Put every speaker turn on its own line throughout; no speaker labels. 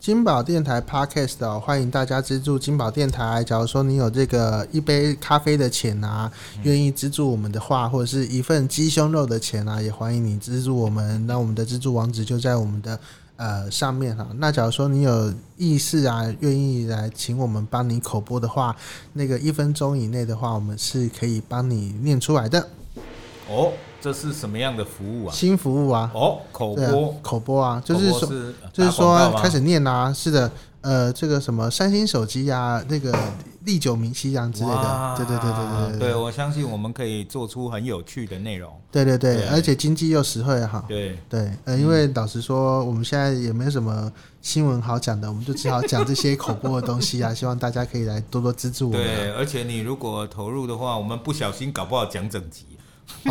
金宝电台 Podcast 哦，欢迎大家资助金宝电台。假如说你有这个一杯咖啡的钱啊，
嗯
愿意资助我们的话，或者是一份鸡胸肉的钱啊，也欢迎你资助我们。那我们的资助网址就在我们的呃上面哈、那假如说你有意识啊，愿意来请我们帮你口播的话，那个一分钟以内的话，我们是可以帮你念出来的
哦，这是什么样的服务啊？
新服务啊。
哦，口
对啊
播，
口播啊，就是
口
说
播是呃
就是
打广
说
告吗
开始念啊，是的，呃，这个什么三星手机呀、那个历久弥新啊之类的
哇，
对对对对对
对
对
我相信我们可以做出很有趣的内容。
对对对，
对嗯
而且经济又实惠啊哈。
对，
对，呃，因为老实说，我们现在也没什么新闻好讲的，我们就只好讲这些口播的东西 啊，希望大家可以来多多资助我们。
对，而且你如果投入的话，我们不小心搞不好讲整集，啊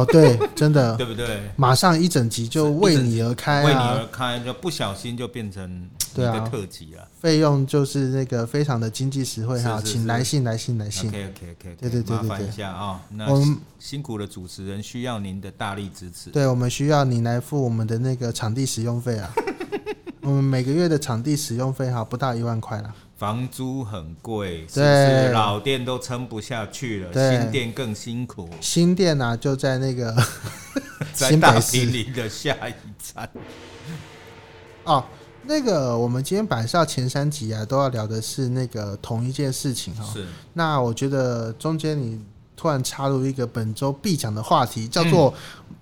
哦，对，真的，
对不对？
马上一整集就为你而开
为你
啊，
而开，就不小心就变成一
对啊
个特辑了。
费用就是那个非常的经济实惠哈，
是是
请
是
来信来信来信。
OK OK OK，
对对对对
麻烦
对
一下啊、那
我们
辛苦的主持人需要您的大力支持。
对，我们需要你来付我们的那个场地使用费 啊。我们每个月的场地使用费哈不到一万块啦。
房租很贵，是不
对
是老店都撑不下去了，
对
新店更辛苦，
新店啊就在那个
在
新
大
北
平
市
林的下一站。
哦。那个我们今天板上前三集啊都要聊的是那个同一件事情哈、
是，
那我觉得中间你突然插入一个本周必讲的话题，叫做
嗯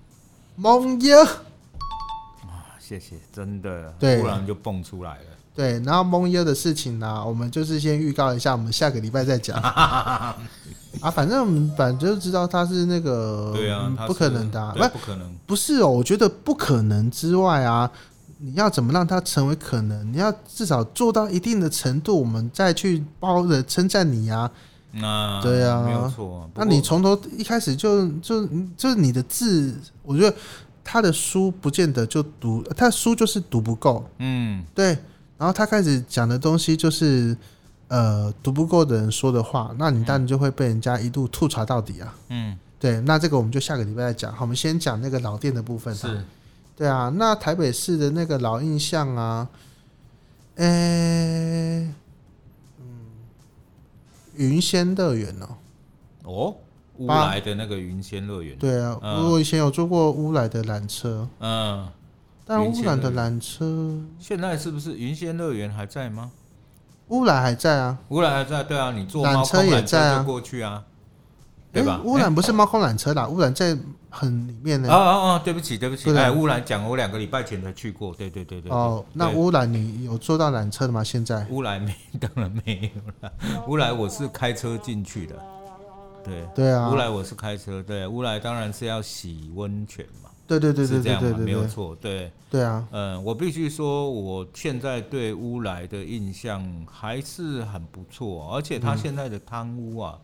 蒙耶。
啊谢谢，真的，
对
突然就蹦出来了。
对，然后蒙耶的事情呢、我们就是先预告一下，我们下个礼拜再 讲。啊，反正我们反正就知道他是那个，
对啊
嗯，
它
不可
是
能的、啊，
对
不
不可能。
不是哦，我觉得不可能之外啊，你要怎么让它成为可能？你要至少做到一定的程度，我们再去包的称赞你啊。
那
对啊
没有错。
那
不过
你从头一开始就就就是你的字，我觉得他的书不见得就读，他的书就是读不够，
嗯，
对，然后他开始讲的东西就是，呃，读不够的人说的话，那你当然就会被人家一路吐槽到底啊。
嗯，
对，那这个我们就下个礼拜再讲。好，我们先讲那个老店的部分。
是，
对啊，那台北市的那个老印象啊，呃、嗯，云仙乐园哦，
哦，乌
八
来的那个云仙乐园，
对啊，
嗯
我以前有坐过乌来的缆车，
嗯，
但
云
乌
仙
来的
乐
缆车，
现在是不是云仙乐园还在吗？
乌来还在啊，
乌来还在，对啊，你坐
缆
猫
车
空
也
缆
在啊
车就过去啊，对
诶
吧？哎
乌来不是猫空缆车啦，乌来在很里面呢、
啊啊啊！对不起，对不起，
对
哎，乌兰讲，我两个礼拜前才去过，对对对对。
哦，那
对
乌兰你有坐到缆车的吗？现在
乌来没，当然没有了。 乌来我是开车进去的，对。
对啊
乌，来我是开车，对，乌来当然是要洗温泉嘛，
对对对对
是这
对
样
对
嘛，
对
没有
对，
错，对，
对啊，
嗯，我必须说，我现在对乌来的印象还是很不错，而且
嗯
它现在的汤屋啊，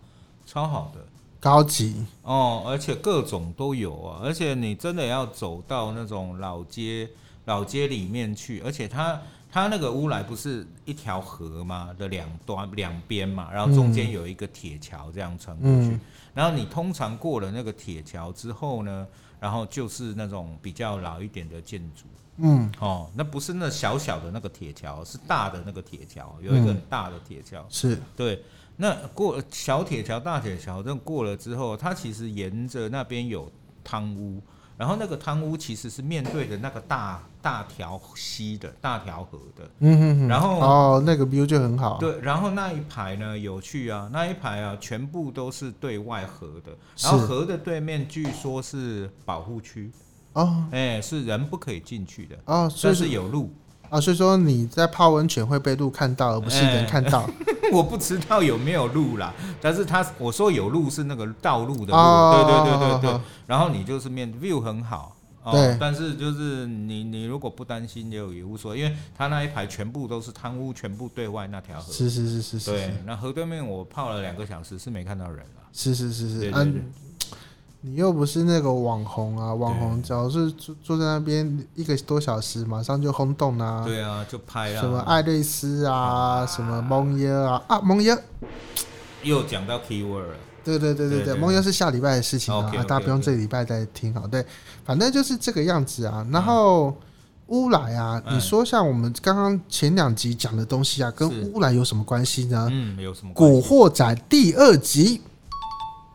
超好的，
高级，
哦，而且各种都有啊，而且你真的要走到那种老街老街里面去，而且它它那个乌来不是一条河嘛的两端两边嘛，然后中间有一个铁桥这样穿过去，
嗯
然后你通常过了那个铁桥之后呢，然后就是那种比较老一点的建筑。
嗯，
哦，那不是那小小的那个铁桥，是大的那个铁桥，有一个很大的铁桥，
是，
对，那过小铁桥、大铁桥，这过了之后，它其实沿着那边有汤屋，然后那个汤屋其实是面对着那个大大条溪的大条河的。
嗯哼哼，
然后
哦，那个 view 就很好，
对，然后那一排呢有趣啊，那一排啊全部都是对外河的，然后
是
河的对面据说是保护区，
哦
哎，是人不可以进去的，
哦，所
但
以
是
说
有路，
啊，所以说你在泡温泉会被路看到，而不是
哎
人看 到，
我不知道有没有路啦，但是他我说有路是那个道路的路，
哦
对对对对
好
对。然后你就是面 view 很好，哦、
对
但是就是你你如果不担心就也无所谓，因为他那一排全部都是贪污，全部对外那条河。
是是是是是
对，那河对面我泡了两个小时是没看到人了。
是是是是
对
是，
对对
嗯。你又不是那个网红啊，网红只要是坐坐在那边一个多小时，马上就轰动啊，
对啊，就拍了。
什么艾瑞斯啊，什么蒙耶啊，啊蒙耶，
又讲到 keyword 了。
对对对对
对
对，
对
梦游是下礼拜的事情啊，
OK，OK，
啊大家不用
OK
这礼拜再听好。对，反正就是这个样子啊。然后乌来啊，
嗯
你说像我们刚刚前两集讲的东西啊，跟
是
乌来有什么关系呢？
嗯，有什么
《啊古
关系？
惑仔》第二集，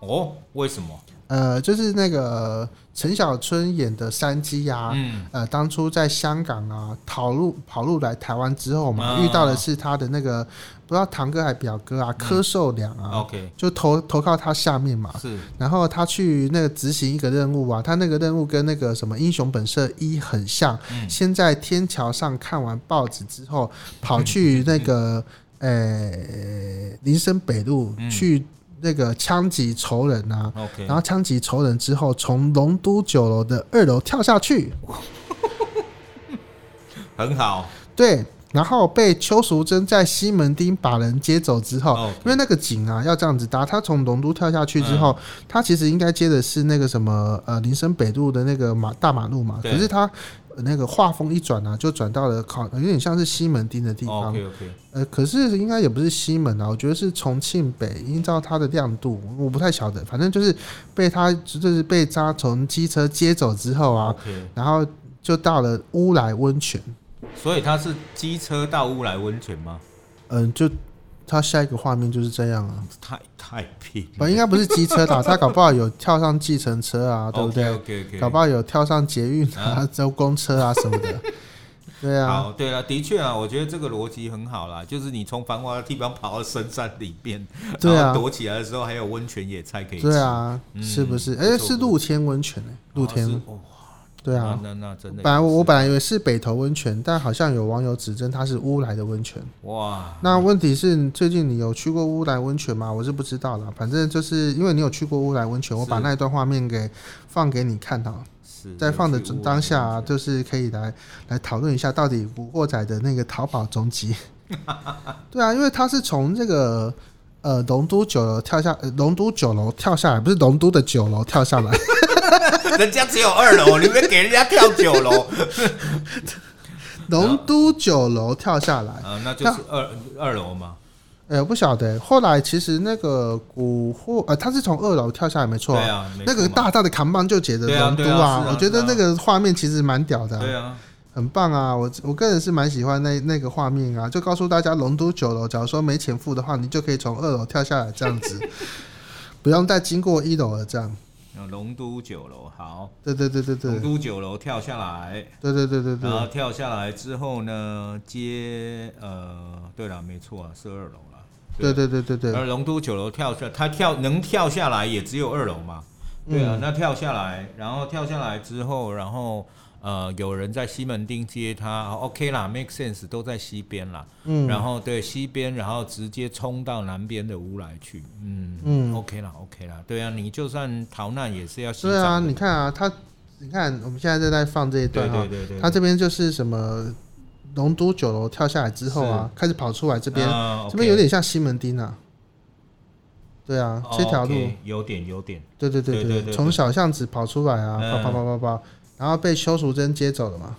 哦，为什么？
呃，就是那个陈小春演的山鸡呀、
嗯，
呃，当初在香港啊，跑路跑路来台湾之后嘛，
嗯
遇到的是他的那个不知道堂哥还表哥啊，柯受良啊，
OK，
就投投靠他下面嘛。
是
然后他去那个执行一个任务啊，他那个任务跟那个什么《英雄本色一》很像。
嗯
先在天桥上看完报纸之 后，跑去那个呃林森北路、
嗯
去那个枪击仇人啊，
OK，
然后枪击仇人之后，从龙都酒楼的二楼跳下去，
很好。
对，然后被邱淑贞在西门町把人接走之后。
哦，
因为那个井啊，要这样子搭，他从龙都跳下去之后，
嗯
他其实应该接的是那个什么呃林森北路的那个马大马路嘛，可
对
是他呃那个画风一转啊，就转到了靠有点像是西门町的地方，
哦 OK OK，
呃，可是应该也不是西门啊，我觉得是重庆北，依照它的亮度，我不太晓得，反正就是被他就是被他从机车接走之后啊，
OK，
然后就到了乌来温泉，
所以他是机车到乌来温泉吗？
嗯、就他下一个画面就是这样啊，
太太拼
不应该不是机车打，他搞不好有跳上计程车 啊，对不对
OK OK，
搞不好有跳上捷运 啊、周公车啊什么的， 对啊，
好，对了，的确啊，我觉得这个逻辑很好啦，就是你从繁华的地方跑到深山里面，
对
然
啊
后，躲起来的时候还有温泉野菜可以吃，
对啊，
嗯
是不是？
不
哎、
错
是
不错
露天温泉哎、
哦，
露天，
是哦，
对啊。
那那那真的，
本来我我本来以为是北投温泉，但好像有网友指证它是乌来的温
啊
泉。
哇，
那问题是，最近你有去过乌来温泉吗？我是不知道啦。反正就是因为你有去过乌来温泉，我把
是
那一段画面给放给你看哈，
是
在放的当下、啊，
对，
就是可以来来讨论一下到底《古惑仔》的那个淘宝终 极。对啊，因为它是从这个呃龙都酒楼跳下，呃龙都酒楼跳下来，不是龙都的酒楼跳下来。
人家只有二 楼，你们给人家跳九楼，
龙都酒楼跳下来，
啊，那就是二二楼嘛，
哎、我不晓得。后来其实那个古惑，呃，他是从二楼跳下来，没错、
对啊，没
那个
错嘛
大大的扛棒就解的
对啊
龙都
对啊是啊
我觉得
是啊
那个画面其实蛮屌的啊、
对啊，
很棒啊！我我个人是蛮喜欢那那个画面啊，就告诉大家，龙都九楼，假如说没钱付的话，你就可以从二楼跳下来这样子， 不用再经过一楼了，这样。
啊龙都九楼好。
对对对对对
从都九楼跳下来，
对对对对
然后
对，
跳下来之后呢，接呃，对了，没错啊，是二楼了。
对对对对对，
而龙都九楼跳下，他跳能跳下来也只有二楼嘛。对啊，
嗯
那跳下来，然后跳下来之后，然后呃，有人在西门町接他哦，OK 啦，make sense，都在西边啦。
嗯，
然后对西边，然后直接冲到南边的乌来去。嗯
嗯
o k 啦，OK 啦。对啊，你就算逃难也是要洗澡
对啊，
的
你看啊，他，你看我们现在正在放这一
对
段哈、
对对对，
他这边就是什么龙都酒楼跳下来之后啊，开始跑出来这边，
啊
这边有
OK
点像西门町啊。对啊，
哦
这条路，
OK，有点有点。
对对对
对对对
从小巷子跑出来啊，
嗯
跑跑跑跑跑，然后被邱淑贞接走了嘛。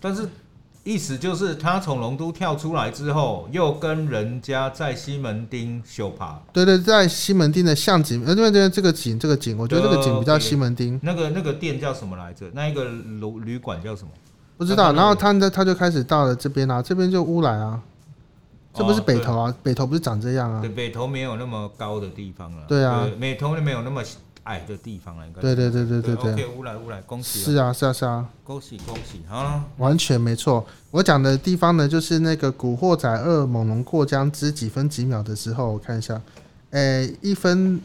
但是意思就是他从龙都跳出来之后，又跟人家在西门町秀爬。
对对，在西门町的巷景，呃，对对，这个景，这个景，我觉得这个景比较西门町，
那个那个店叫什么来着？那一个旅旅馆叫什么？
不知道。
那
然后他他就开始到了这边啊，这边就乌来啊，这不是
哦
北投啊，北投不是长这样啊
对，？北投没有那么高的地方了。
对啊
北投没有那么矮的地方了，应该
对
是。
对对对对对，
OK，乌来乌来，恭喜啊！
是啊是啊是啊。
恭喜恭喜！好了，
完全没错。我讲的地方呢，就是那个《古惑仔二：猛龙过江之几分几秒》的时候，我看一下，诶、一分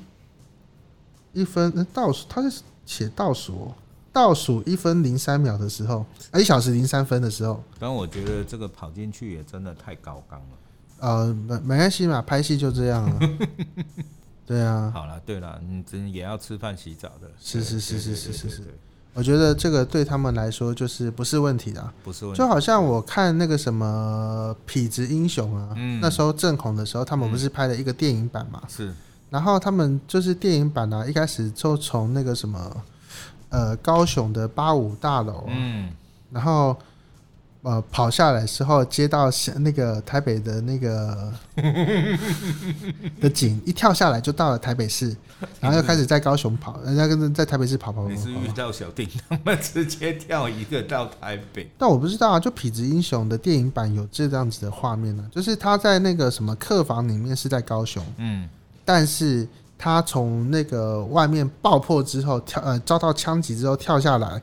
一分呃倒数，他是写倒数、哦，倒数一分零三秒的时候，啊，一小时零三分的时候，
但我觉得这个跑进去也真的太高纲了。
呃，没没关系嘛，拍戏就这样啊。对啊，
好了，对了，你真也要吃饭洗澡的。
是
对
是是
对
是
对
是
对
是
对
是
对
我觉得这个对他们来说就是不是问题的啊、
不是问题
就。好像我看那个什么《痞子英雄》啊，
嗯
那时候正红的时候，他们不是拍了一个电影版嘛？
是
然后他们就是电影版啊，一开始就从那个什么，呃，高雄的八五大楼啊，
嗯。
然后呃跑下来之后，接到下那个台北的那 个的景，一跳下来就到了台北 市，然后又开始在高雄跑，人家跟在台北市跑跑跑跑
你是遇
跑。
到小叮当 们直接跳一个到台北，
但我不知道啊，就《痞子英雄》的电影版有这样子的画面呢、就是他在那个什么客房里面是在高雄，
嗯，
但是他从那个外面爆破之后跳呃遭到枪击之后跳下来，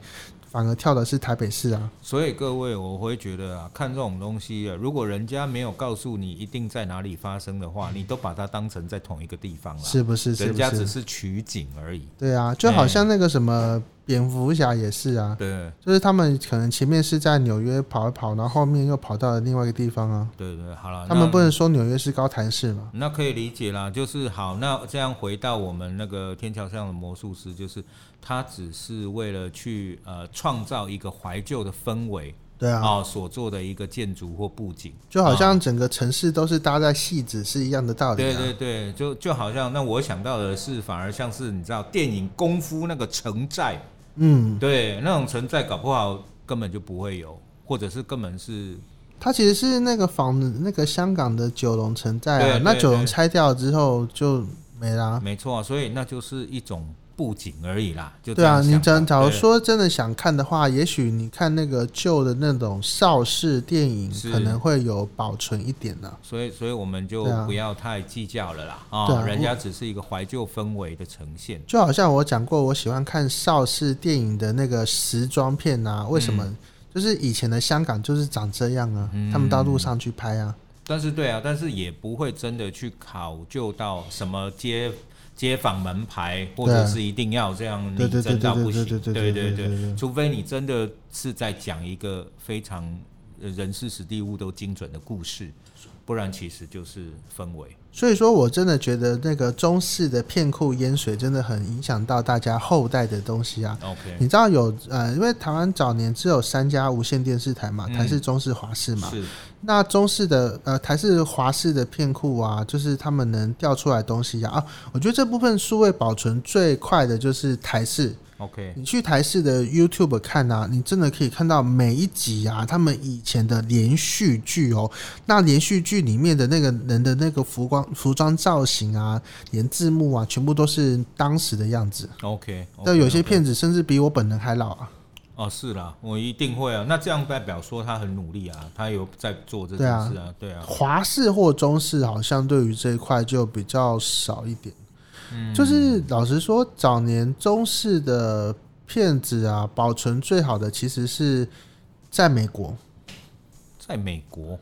反而跳的是台北市啊。
所以各位，我会觉得啊，看这种东西啊，如果人家没有告诉你一定在哪里发生的话，你都把它当成在同一个地方了，
是不是？是
人
不
家只
是？
是取景而已。
对啊，就好像那个什么蝙蝠侠也是啊，
对
就是他们可能前面是在纽约跑一跑，然后后面又跑到了另外一个地方啊。
对对，好了，
他们
那
不能说纽约是高谭市嘛？
那可以理解啦，就是好，那这样回到我们那个天桥上的魔术师，就是他只是为了去呃创造一个怀旧的氛围
对啊，
啊、所做的一个建筑或布景，
就好
啊
像整个城市都是搭在戏子是一样的道理
对
啊。
对对，就就好像那我想到的是，反而像是你知道电影《功夫》那个城寨，
嗯，
对那种城寨，搞不好根本就不会有，或者是根本是
它其实是那个仿那个香港的九龙城寨
对
啊
对，
那九龙
对
拆掉之后就没啦。
没错啊，所以那就是一种布景而已啦，就这
对
样
啊，你
想吧
真假如
对
说真的想看的话，也许你看那个旧的那种邵氏电影，
是
可能会有保存一点啊呢、
所以，所以我们就
对啊
不要太计较了啦啊！
对啊
人家只是一个怀旧氛围的呈现。
就好像我讲过，我喜欢看邵氏电影的那个时装片
嗯
啊，为什么？就是以前的香港就是长这样啊，
嗯
他们到路上去拍啊，
但是，对啊，但是也不会真的去考究到什么街街坊门牌，或者是一定要这样
对
你
对对
真
对
到不行。
对对
对
对对对对对
除非你真的是在讲一个非常呃人事实地物都精准的故事，不然其实就是氛围。
所以说我真的觉得那个中式的片库烟水真的很影响到大家后代的东西啊。
OK，
你知道有呃，因为台湾早年只有三家无线电视台嘛，
嗯
台视、中视、华视嘛，
是
那中式的呃台式华式的片库啊，就是他们能调出来东西啊啊，我觉得这部分数位保存最快的就是台式。
OK，
你去台式的 YouTube 看啊，你真的可以看到每一集啊，他们以前的连续剧哦，那连续剧里面的那个人的那个服光服装造型啊，连字幕啊，全部都是当时的样子。
OK，
但有些
OK，OK
骗子甚至比我本人还老啊。
哦，是啦，我一定会啊。那这样代表说他很努力啊，他有在做这
对
件
啊
事啊，对啊，
华视或中视好像对于这一块就比较少一点。
嗯
就是老实说，早年中式的片子啊，保存最好的其实是在美国。
在美国，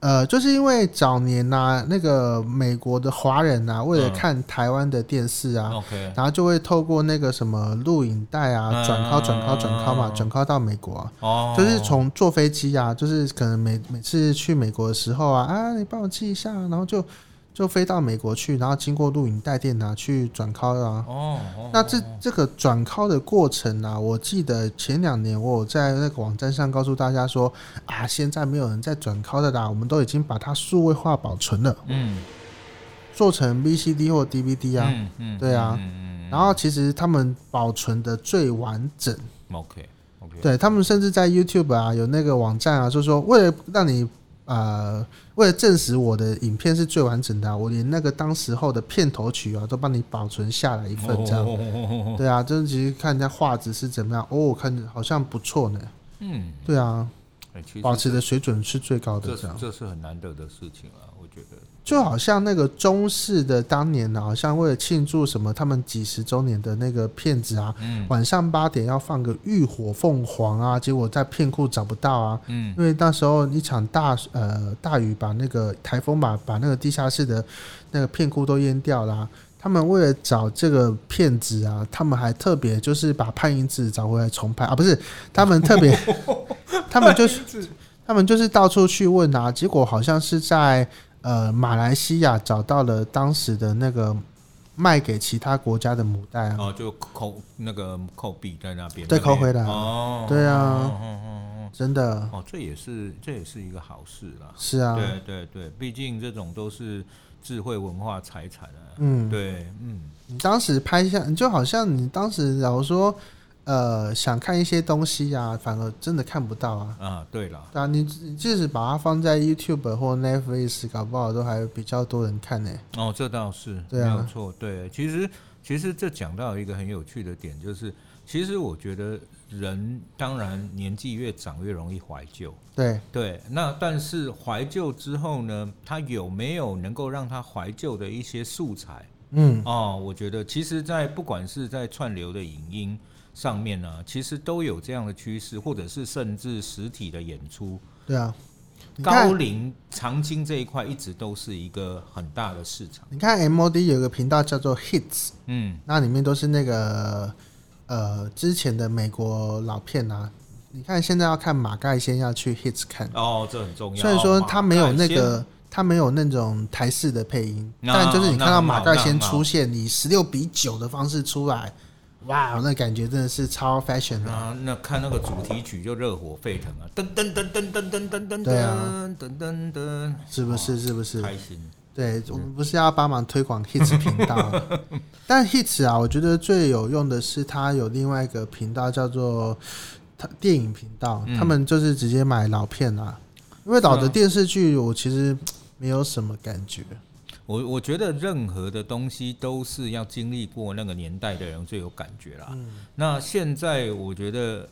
呃，就是因为早年呐、那个美国的华人呐、为了
嗯
看台湾的电视啊，
OK，
然后就会透过那个什么录影带啊，
嗯
转拷、转拷、转拷嘛，
嗯
转拷到美国啊。
哦，
就是从坐飞机啊，就是可能每每次去美国的时候啊，啊，你帮我记一下，然后就就飞到美国去，然后经过录影带店啊去转拷啊。
哦，哦
那这这个转拷的过程啊，我记得前两年我有在那个网站上告诉大家说啊，现在没有人在转拷的啦，我们都已经把它数位化保存了，
嗯，
做成 VCD 或 DVD 啊。
嗯嗯，
对啊
嗯嗯
然后其实他们保存的最完整。
嗯，OK OK，
对他们甚至在 YouTube 啊有那个网站啊，就说为了让你呃，为了证实我的影片是最完整的啊、我连那个当时候的片头曲啊都帮你保存下来一份
哦
这样。
样，
对啊，就是其实看人家画质是怎么样，哦，我看着好像不错呢。
嗯，
对啊，
哎其实
保持的水准是最高
这
的这
是
样。
这是很难得的事情啊，我觉得，
就好像那个中式的当年啊，好像为了庆祝什么他们几十周年的那个片子啊，
嗯
晚上八点要放个浴火凤凰啊，结果在片库找不到啊，
嗯
因为那时候一场大呃大雨把那个台风把把那个地下室的那个片库都淹掉啦、他们为了找这个片子啊，他们还特别就是把潘迎紫找回来重拍啊，不是，他们特 别，他们就是他们就是到处去问啊，结果好像是在呃马来西亚找到了当时的那个卖给其他国家的母带啊，
哦，就扣那个扣币在那边，
对
那边
扣回来
哦，
对啊
哦哦哦
真的
哦哦，这也是这也是一个好事啦，
是啊，
对对对，毕竟这种都是智慧文化财产啊。
嗯。
对，嗯，
你当时拍下，你就好像你当时假如说，呃想看一些东西呀、啊，反而真的看不到啊。
啊，对了，
对啊，你你即使把它放在 YouTube 或 Netflix，搞不好都还比较多人看呢、
哦，这倒是，
对啊
没有错，对。其实其实这讲到一个很有趣的点，就是其实我觉得人当然年纪越长越容易怀旧，
对，
对。那但是怀旧之后呢，他有没有能够让他怀旧的一些素材？
嗯，
哦，我觉得其实，在不管是在串流的影音上面呢、其实都有这样的趋势，或者是甚至实体的演出，
对啊。你
高
看，
龄长青这一块一直都是一个很大的市场。
你看 MOD 有个频道叫做 Hits，
嗯，
那里面都是那个呃之前的美国老片啊。你看现在要看马盖先要去 Hits 看，
哦，这很重要。
虽然说它没有那
马盖先，
个。它没有那种台式的配音，
那
但就是你看到马盖先
那那
出现，以十六比九的方式出来，哇，那感觉真的是超 fashion 的。
啊，那看那个主题曲就热火沸腾啊，噔噔噔噔噔噔噔噔
对啊
噔噔噔噔，
是不
哦
是？是不是？
开心？
对，我们不是要帮忙推广 Hits 频道，啊 但 Hits 啊，我觉得最有用的是它有另外一个频道叫做它电影频道，
嗯
他们就是直接买老片啊，因为老
是
的
啊
电视剧我其实没有什么感觉，
我我觉得任何的东西都是要经历过那个年代的人最有感觉啦。
嗯
那现在我觉得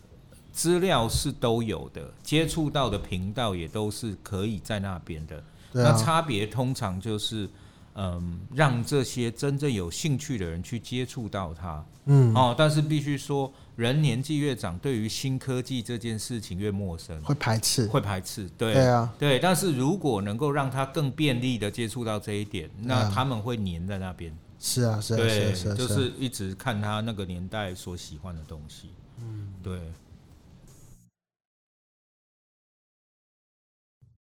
资料是都有的，接触到的频道也都是可以在那边的。
对
那
啊，
差别通常就是，嗯，让这些真正有兴趣的人去接触到它。
嗯，
哦，但是必须说，人年纪越长，对于新科技这件事情越陌生，
会排斥，
会排斥。对。
对啊，
对，但是如果能够让他更便利的接触到这一点，那
嗯
他们会黏在那边。
是啊，是啊，是
对，
啊，是啊，
就是
啊
是一直看他那个年代所喜欢的东西。嗯，对，